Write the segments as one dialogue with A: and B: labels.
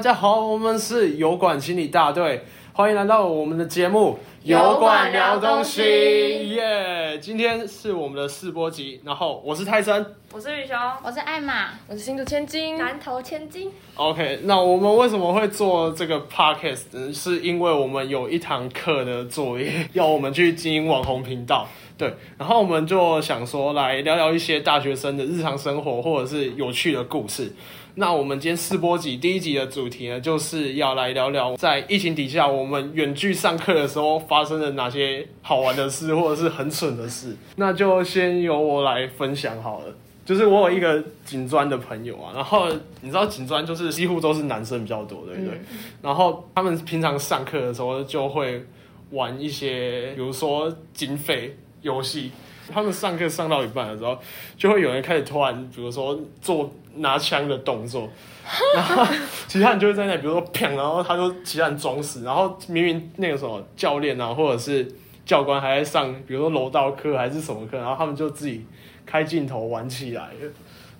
A: 家好，我们是油管心理大队，欢迎来到我们的节目《
B: 油管聊东西
A: 耶今天是我们的试播集，然后我是泰森。
B: 我是雨雄，
C: 我是艾玛，
D: 我是新竹千金，
B: 南投千金。
A: OK，那我们为什么会做这个 podcast？呢是因为我们有一堂课的作业要我们去经营网红频道，对，然后我们就想说来聊聊一些大学生的日常生活或者是有趣的故事。那我们今天试播集第一集的主题呢，就是要来聊聊在疫情底下我们远距上课的时候发生的哪些好玩的事，或者是很蠢的事。那就先由我来分享好了。就是我有一个警专的朋友啊，然后你知道警专就是几乎都是男生比较多，对不对？然后他们平常上课的时候就会玩一些，比如说警匪游戏。他们上课上到一半的时候，就会有人开始突然，比如说做拿枪的动作， 然后其他人就会在那，比如说砰，然后他就其他人装死，然后明明那个什么教练啊，或者是教官还在上，比如说柔道课还是什么课，然后他们就自己开镜头玩起来了。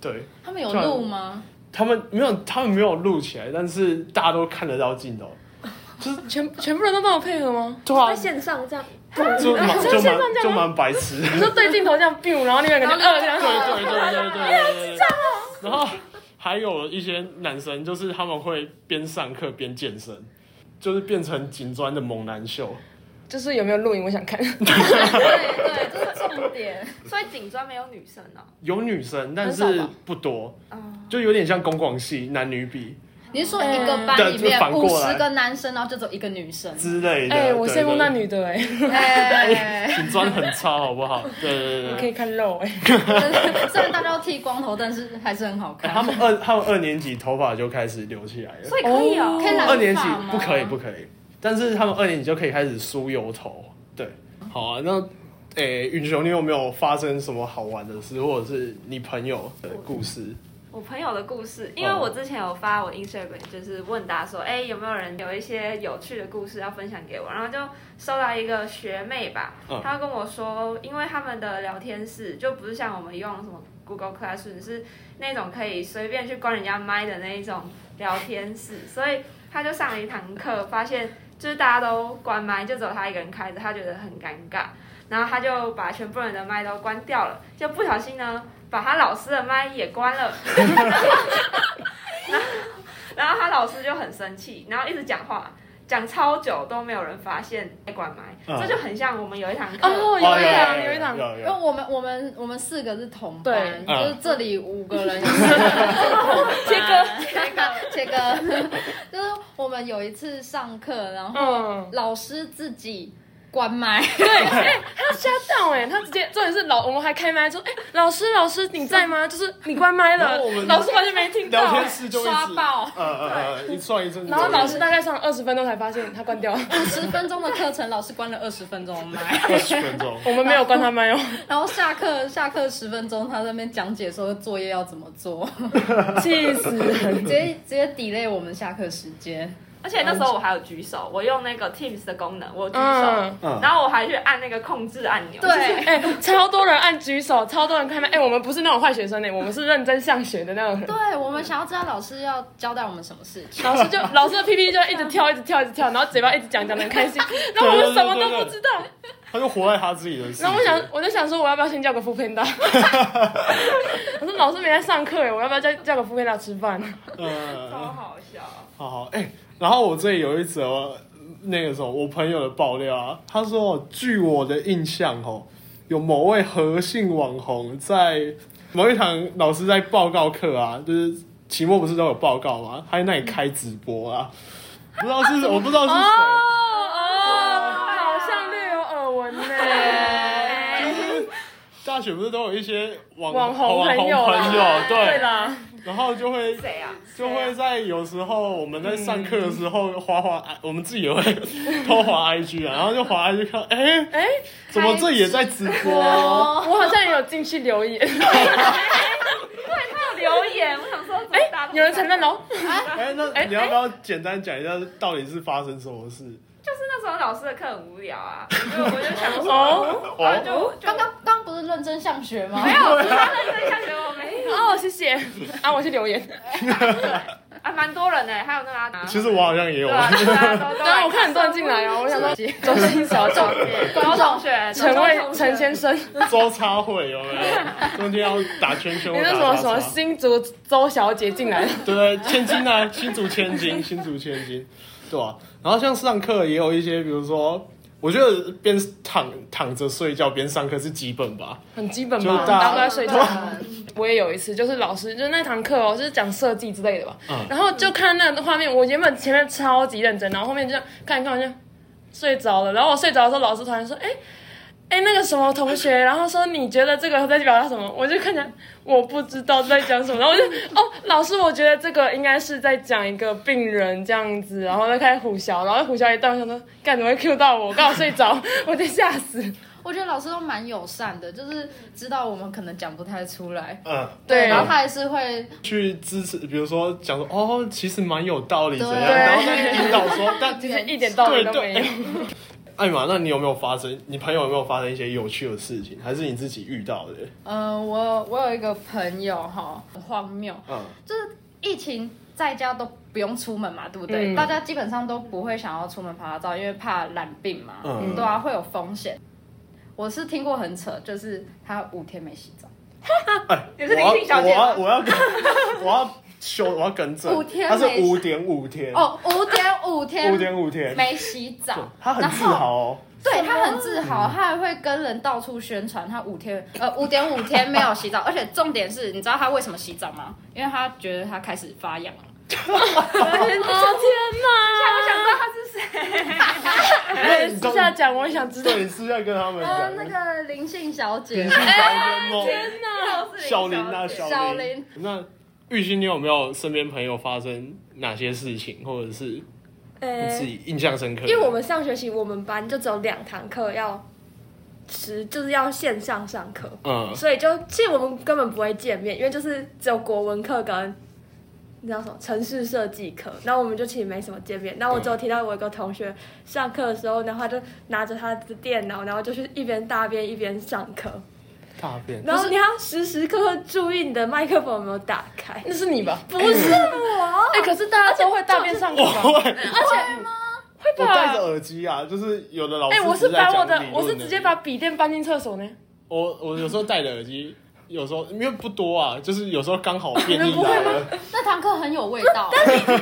A: 对
C: 他们有录吗？
A: 他们没有，他们没有录起来，但是大家都看得到镜头。
D: 全全部人都帮我配合吗？
A: 对啊，
B: 线上这样，
A: 就蛮
D: 在
A: 就
D: 线上
A: 蛮
D: 这样吗
A: 就蛮白痴的。
D: 你说对镜头这样 biu，然后另外一个人就呃这
A: 对对对对对
D: 样，哎
A: 对对
D: 哦
A: 然后还有一些男生，就是他们会边上课边健身，就是变成紧砖的猛男秀。
D: 就是有没有录影？我想看。
C: 对对，这是重点。
B: 所以警专没有女生哦。
A: 有女生，但
D: 很
A: 是
D: 少吧
A: 不多，
B: 啊，
A: 就有点像公广系男女比
C: 你是说一个班里
A: 对就
C: 面
A: 反过
C: 五
A: 来
C: 十个男生，然后就走一个女生？
A: 之类的。
D: 哎、我
A: 对
D: 羡慕那。
A: 对
D: 女的哎、
C: 哎，
A: 紧砖很超，好不好？对对对
D: 可
A: 对。
D: 以看肉哎、
C: 虽然大家都剃光头，但是还是很好
A: 哎
C: 看。
A: 他们二他们二年级头发就开始留起来了
B: 所，以可以
D: 哦
B: 哦。
C: 可以染
A: 二年级
C: 发吗
A: 不可以不可以，但是他们二年级就可以开始梳油头。对，好啊，那诶，允雄，你有没有发生什么好玩的事，或者是你朋友的故事？
B: 我朋友的故事，因为
A: 哦
B: 我之前有发我 Instagram，就是问答说，哎、有没有人有一些有趣的故事要分享给我？然后就收到一个学妹吧
A: 嗯，
B: 她跟我说，因为他们的聊天室就不是像我们用什么 Google Classroom，是那种可以随便去关人家麦的那一种聊天室，所以她就上了一堂课，发现就是大家都关麦，就只有她一个人开着，她觉得很尴尬。然后她就把全部人的麦都关掉了，就不小心呢，把她老师的麦也关了。 然后他老师就很生气，然后一直讲话，讲超久都没有人发现在关麦，
A: 嗯
B: 这就很像我们有一堂课，
D: 哦，有一
A: 哦
D: 档，有一档，
A: 有
C: 因为
A: 有
C: 我们我们我们四个是同
D: 对
C: 班，就
A: 嗯
C: 是这里五个人嗯 切割
B: 那个
C: 切割， 就是我们有一次上课，然后
D: 嗯，
C: 老师自己关 麦，
D: 他吓到哎、他直接重点是老，我们还开麦说，哎、老师老师你在 吗？就是你关麦
A: 然
D: 了
A: 后我们，
D: 老师完全没听到
A: 聊
D: 欸、
A: 天室就一
C: 刷
A: 直
C: 爆。
A: 呃呃呃一串一串。
D: 然后老师大概上了二十分钟才发现他关掉了，
C: 十分钟的课程，老师关了二十分钟的麦，
A: 二十分钟，
D: 我们没有关他 麦哦，
C: 然后下课下课十分钟，他在那边讲解说作业要怎么 做，
D: 气死人！
C: 直接直接 delay 我们下课时间。
B: 而且那时候我还有举手，我用那个 Teams 的功能，我举手，
D: 嗯
A: 嗯
B: 然后我还去按那个控制按钮，就是
C: 对，
D: 哎、超多人按举手，超多人开麦。哎、我们不是那种坏学生哎、我们是认真上学的那种人。
C: 对我们想要知道老师要交代我们什么事情。
D: 老师就老师的 PPT 就一直跳，一直跳，一直跳，然后嘴巴一直讲，讲的很开 心，然后我们什么都不知道。
A: 他就活在他自己的世界。嗯
D: 然后我想，我就想说，我要不要先叫个副片 到？我说老师没在上课哎，我要不要叫叫个副片到吃饭？
A: 嗯，
B: 超好笑。
A: 好好，哎、然后我这里有一则那个什么，我朋友的爆料啊，他说，据我的印象哦，有某位何姓网红在某一堂老师在报告课啊，就是期末不是都有报告吗？他在那里开直播啊，不知道是我不知道是谁。
B: 啊
D: 哦，好像略有耳闻呢。
A: 大学不是都有一些网
D: 网
A: 红
D: 红
A: 朋
D: 朋友啦
A: 友
D: 对
A: 对，
D: 啦，
A: 然后就会
B: 谁啊？
A: 就会在有时候我们在上课的时候滑滑，我们自己也会 偷滑 IG 啊，然后就滑 IG 看，哎、
D: 哎，
A: 怎么这也在直播？
D: 我好像也有进去留言，
B: 他有留言，我想说，哎
D: 有人承认喽。
A: 哎，那你要不要简单讲一下到底是发生什么事？
B: 就是那时候老师的课很无聊啊，我就 我就想说，
D: 哦，
B: 然后就就
C: 刚刚刚刚不是认真上学吗？
B: 没有，他认真想学我没有。
D: 哦，谢谢。啊，我去留言。
B: 啊，蛮多人呢，还有那个啊拿
A: 其实我好像也有
B: 对，啊，大家都都
D: 然
B: 来
D: 后我看很多人进来哦，我想说 周星
B: 高
D: 小众
B: 同 学高中学，
D: 陈
B: 同
D: 卫
B: 学
D: 陈先生，
A: 周插会有没有？中间要打圈圈，
D: 你
A: 我
D: 那
A: 打
D: 什么
A: 叉
D: 什么
A: 叉。
D: 新竹周小姐进来了，
A: 对，千金啊，新竹千金，新竹千金，对吧、然后像上课也有一些，比如说，我觉得边躺躺着睡觉边上课是基本吧。
D: 很基本
A: 就
D: 吧，
A: 大家
D: 大家都在睡
B: 哦
D: 觉。
C: 嗯
D: 我也有一次，就是老师就是那堂课哦，就是讲设计之类的吧。
A: 嗯
D: 然后就看那个画面，我原本前面超级认真，然后后面就这样看一看，我就睡着了。然后我睡着的时候，老师突然说：“哎、哎、那个什么同学，然后说你觉得这个在表达什么？”我就看起来我不知道在讲什么，然后我就哦，老师，我觉得这个应该是在讲一个病人这样子，然后再开始胡笑，然后胡笑一段，我想说干怎么会 Q 到我？我刚好睡着，我就吓死。
C: 我觉得老师都蛮友善的，就是知道我们可能讲不太出来，
A: 嗯，
D: 对
C: 然后他还是会
A: 去支持，比如说讲说哦，其实蛮有道理怎样，
C: 对
A: 然后再引导说，但
D: 其实一点道理都没
A: 对
D: 有。
A: 艾玛，那你有没有发生？你朋友有没有发生一些有趣的事情，还是你自己遇到的？
C: 嗯，我有我有一个朋友哈，很荒谬，
A: 嗯，
C: 就是疫情在家都不用出门嘛，对不对？
D: 嗯
C: 大家基本上都不会想要出门拍照，因为怕染病嘛，
A: 嗯
C: 对啊，会有风险。我是听过很扯，就是他五天没洗澡，
A: 哎，
B: 你是林静小姐
A: 我要
B: 吗
A: 我要我要 跟我要修，我要更正，
C: 五天
A: 他是
C: 没
A: 五点五天，
C: 哦，五点五天
A: 五点五天，
C: 没洗澡，
A: 他很
C: 然
A: 自
C: 后
A: 豪哦。
C: 对嗯他很自豪，他还会跟人到处宣传他五天呃五点五天没有洗澡，而且重点是，你知道他为什么洗澡吗？因为他觉得他开始发痒了。
D: 哦天哪！
B: 我想知道他是谁。
D: 哎，私下讲，我也想知道。
A: 对，你私下跟他们
C: 呃，
A: 讲。
C: 那个哎林姓小姐
A: 林，姓小姐
D: 天哪！
A: 梦，小林啊，
C: 小
A: 林
C: 林。
A: 那玉鑫，你有没有身边朋友发生哪些事情，或者是你自己印象深刻的？
E: 因为我们上学期我们班就只有两堂课要实，就是要线上上课，
A: 嗯，
E: 所以就其实我们根本不会见面，因为就是只有国文课跟你知道什么城市设计课，然后我们就其实没什么见面。然后我只有提到我有个同学上课的时候，然后他就拿着他的电脑，然后就是一边大便一边上课，
A: 大便。
E: 然后你要时时刻刻注意你的麦克风有没有打开。
D: 那是你吧？
E: 不是啊我，
D: 哎，可是大家都会大便上课
A: 我
D: 吧？
A: 会，
D: 会
A: 我戴着
D: 吧？
A: 耳机啊，就是有的老师
D: 哎，我
A: 只
D: 是把
A: 在讲
D: 我的
A: 理，论
D: 我是直接把笔电搬进厕所呢。
A: 我我有时候戴着耳机，有时候因为不多啊，就是有时候刚好 便利来了，
C: 那堂课很有味道。啊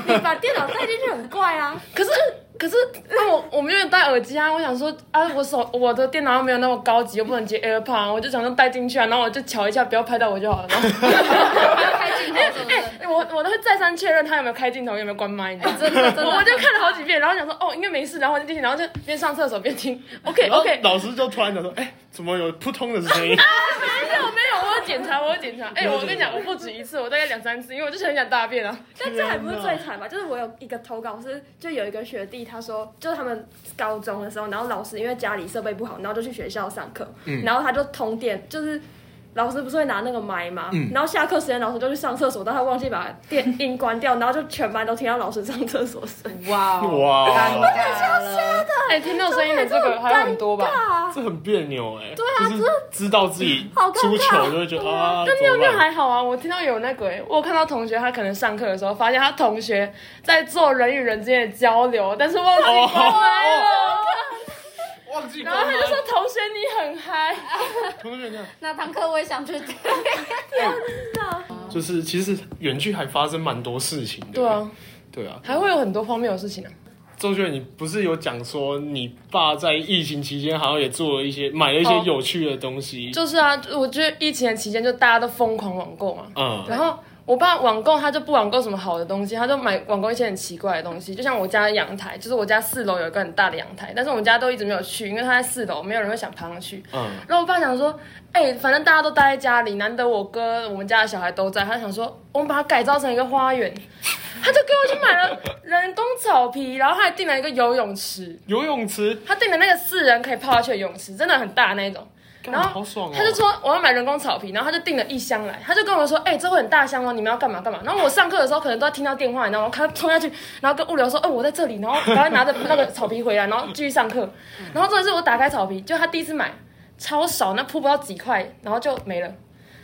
E: 你把电脑带进去很怪啊。
D: 可是可是， 那我我没有戴耳机啊，我想说啊，我手我的电脑又没有那么高级，又不能 接 AirPod，啊我就想说带进去啊，然后我就瞧一下，不要拍到我就 好了。然后
C: 开镜头是不是？
D: 我我都会再三确认他有没有开镜头，有没有关麦。你知道吗
C: 真的真
D: 我
C: 的，
D: 就看了好几遍，然后想说哦，应该没事，然后我就进去，然后就边上厕所边 听。OK
A: 然后
D: OK，
A: 老师就突然讲说，哎，怎么有扑通的 声音？
D: 我没有，我有检查，我有检查。哎、我跟你讲，我不止一次，我大概两三次，因为我就是很想大便啊。
E: 但这还不是最惨吧？就是我有一个投稿是，就有一个学弟，他说，就是他们高中的时候，然后老师因为家里设备不好，然后就去学校上课，然后他就通电，就是老师不是会拿那个麦嘛，然后下课时间老师就去上厕所，但他忘记把电音关掉，然后就全班都听到老师上厕 所声。
C: 哇哦
A: 哇，
C: 尬了，
D: 哎、听到声音的这个还有很多吧？
E: 啊，
A: 这很别扭哎，
E: 对啊
A: 就是知道自己
E: 好尴尬
A: 出糗就会觉得啊，
D: 但
A: 怎
D: 尿
A: 么
D: 尿
A: 办？
D: 还好啊，我听到有那个、哎，我有看到同学他可能上课的时候，发现他同学在做人与人之间的交流，但是忘记
A: 哦
D: 关麦了，
A: 忘记
D: 然
A: 关
D: 后他就说
A: 了，
D: 同学你很嗨，
A: 同学这样，
C: 那堂课我也想去。
A: 就是其实远距还发生蛮多事情的，
D: 对啊，
A: 对啊，
D: 还会有很多方面的事情啊。
A: 周轩，你不是有讲说你爸在疫情期间好像也做了一些买了一些
D: 哦
A: 有趣的东西，
D: 就是啊，我觉得疫情的期间就大家都疯狂网购嘛，
A: 嗯，
D: 然后我爸网购，他就不网购什么好的东西，他就买网购一些很奇怪的东西。就像我家的阳台，就是我家四楼有一个很大的阳台，但是我们家都一直没有去，因为他在四楼，没有人会想爬上去。
A: 嗯
D: 然后我爸想说，哎、反正大家都待在家里，难得我哥我们家的小孩都在，他想说我们把它改造成一个花园，他就给我去买了人工草皮，然后他还订了一个游泳池，
A: 游泳池，
D: 他订的那个四人可以泡下去的泳池，真的很大那一种。
A: 干
D: 然后
A: 好爽哦，
D: 他就说我要买人工草皮，然后他就订了一箱来，他就跟我说，哎、这会很大箱哦，你们要干嘛干嘛。然后我上课的时候可能都要听到电话，然后我看他冲下去，然后跟物流说，哎、我在这里，然后赶快拿着那个草皮回来，然后继续上课。然后这的是我打开草皮，就他第一次买超少，那铺不到几块，然后就没了。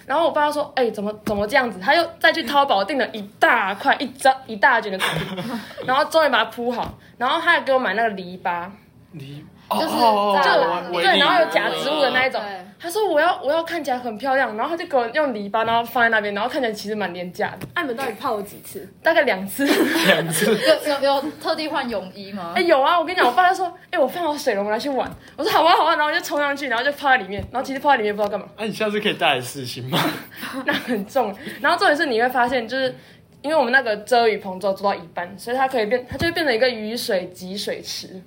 D: 然后我爸说，哎、怎么怎么这样子？他又再去淘宝订了一大块一张一大卷的纸皮，然后终于把它铺好，然后他还给我买那个篱笆，
A: 你
C: 就是
A: 哦哦
C: 栅
A: 哦
C: 栏
A: 我
C: 围
D: 对，
A: 我
D: 然后有
A: 理
D: 假植物的 那一种
C: 对。
D: 他说我要我要看起来很漂亮，然后他就给我用篱笆，然后放在那边，然后看起来其实蛮廉价的，
E: 哎，你们到底泡了几 次？
D: 大概两次。
A: 两次，
C: 有有有特地换泳衣吗
D: 哎、？有啊，我跟你讲，我爸他说，哎、我放好水了，我们来去玩。我说好啊好啊，然后我就冲上去，然后就泡在里面，然后其实泡在里面不知道干嘛，
A: 哎，你下次可以带来试行 吗？
D: 那很重。然后重点是你会发现，就是因为我们那个遮雨棚只有做到一半，所以它可以变，它就会变成一个雨水集水池。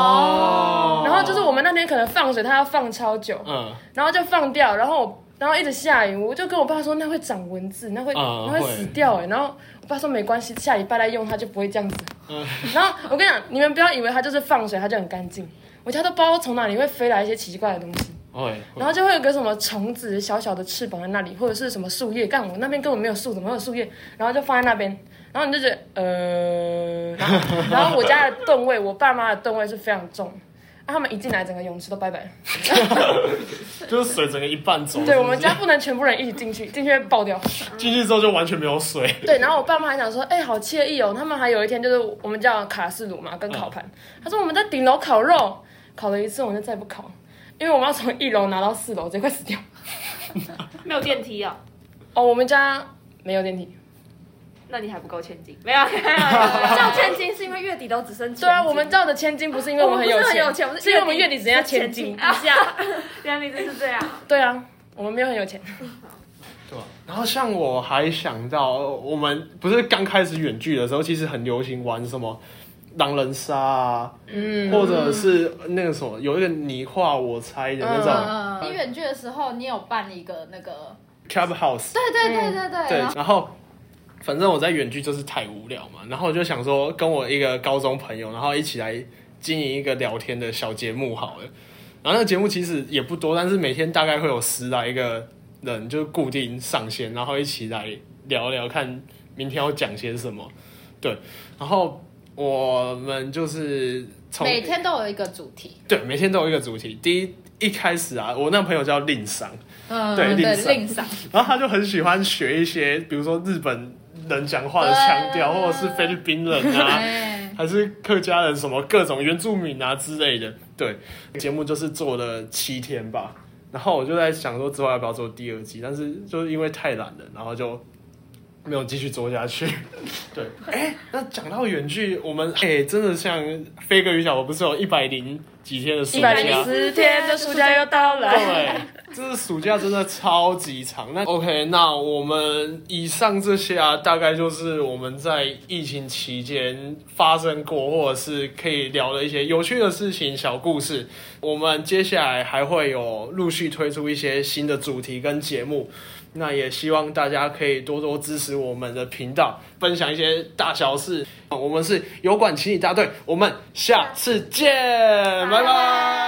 A: 哦
D: 然后就是我们那天可能放水，它要放超久，
A: 嗯，
D: 然后就放掉，然后我然后一直下雨，我就跟我爸说那会长蚊子，那会、
A: 啊
D: 那会
A: 会
D: 死掉哎。然后我爸说没关系，下礼拜再用它就不会这样子。
A: 嗯
D: 然后我跟你讲，你们不要以为它就是放水，它就很干净。我家都不知道从哪里会飞来一些奇怪的东西，
A: 会，
D: 然后就会有个什么虫子小小的翅膀在那里，或者是什么树叶，干我那边根本没有树，怎么会有树叶？然后就放在那边，然后你就觉得呃，然后 然后我家的吨位，我爸妈的吨位是非常重，啊、他们一进来整个泳池都拜拜了。
A: 就是水整个一半走。
D: 对我们家不能全部人一起进去，进去会爆掉。
A: 进去之后就完全没有水，
D: 对，然后我爸妈还想说，哎、好惬意哦。他们还有一天就是我们叫卡式炉嘛，跟烤盘。他说我们在顶楼烤肉，烤了一次我们就再也不烤了，因为我们要从一楼拿到四楼，直接快死掉。
A: 啊
B: 没有电梯哦，
D: 哦，我们家没有电梯。
B: 那你还不够千金，没有，
E: 叫千金是因为月底都只剩千金
D: 对啊，我们叫的千金不是因为
E: 我
D: 哦们很
E: 有
D: 钱，
E: 很有钱，我
D: 是因为我们月底只剩下千
E: 金
D: 金
E: 以。下。
B: 原来你就是这样。
D: 对啊，我们没有很有钱。
A: 对吧？然后像我还想到，呃我们不是刚开始远距的时候，其实很流行玩什么狼人杀啊，
D: 嗯，
A: 或者是那个什么，有一个你画我猜的那种
C: 嗯，你远距的时候，你有办一个那个？嗯
A: Clubhouse，
C: 对对对对对。啊
A: 对
C: 然，后
A: 然后反正我在远距就是太无聊嘛，然后我就想说跟我一个高中朋友，然后一起来经营一个聊天的小节目好了。然后那个节目其实也不多，但是每天大概会有十来个人就是固定上线，然后一起来聊聊看明天要讲些什么。对，然后我们就是从
C: 每天都有一个主题。
A: 对每天都有一个主题。第一一开始啊，我那朋友叫令赏。
C: 嗯，
A: 对
C: 对，
A: 令赏
C: 令赏。
A: 然后他就很喜欢学一些，比如说日本人讲话的腔调，
C: 对
A: 或者是菲律宾人啊，
C: 哎，
A: 还是客家人什么各种原住民啊之类的。对，节目就是做了七天吧，然后我就在想说之后要不要做第二季，但是就是因为太懒了，然后就。没有继续做下 去，对，哎，那讲到远距，我们哎，真的像飞哥与小我不是有一百零几天的暑
D: 一
A: 假，
D: 百零四天的暑假又到来。
A: 对，这是暑假真的超级长。那 OK，那我们以上这些啊，大概就是我们在疫情期间发生过或者是可以聊的一些有趣的事情、小故事。我们接下来还会有陆续推出一些新的主题跟节目。那也希望大家可以多多支持我们的频道，分享一些大小事。我们是油管情理大队，我们下次见，拜拜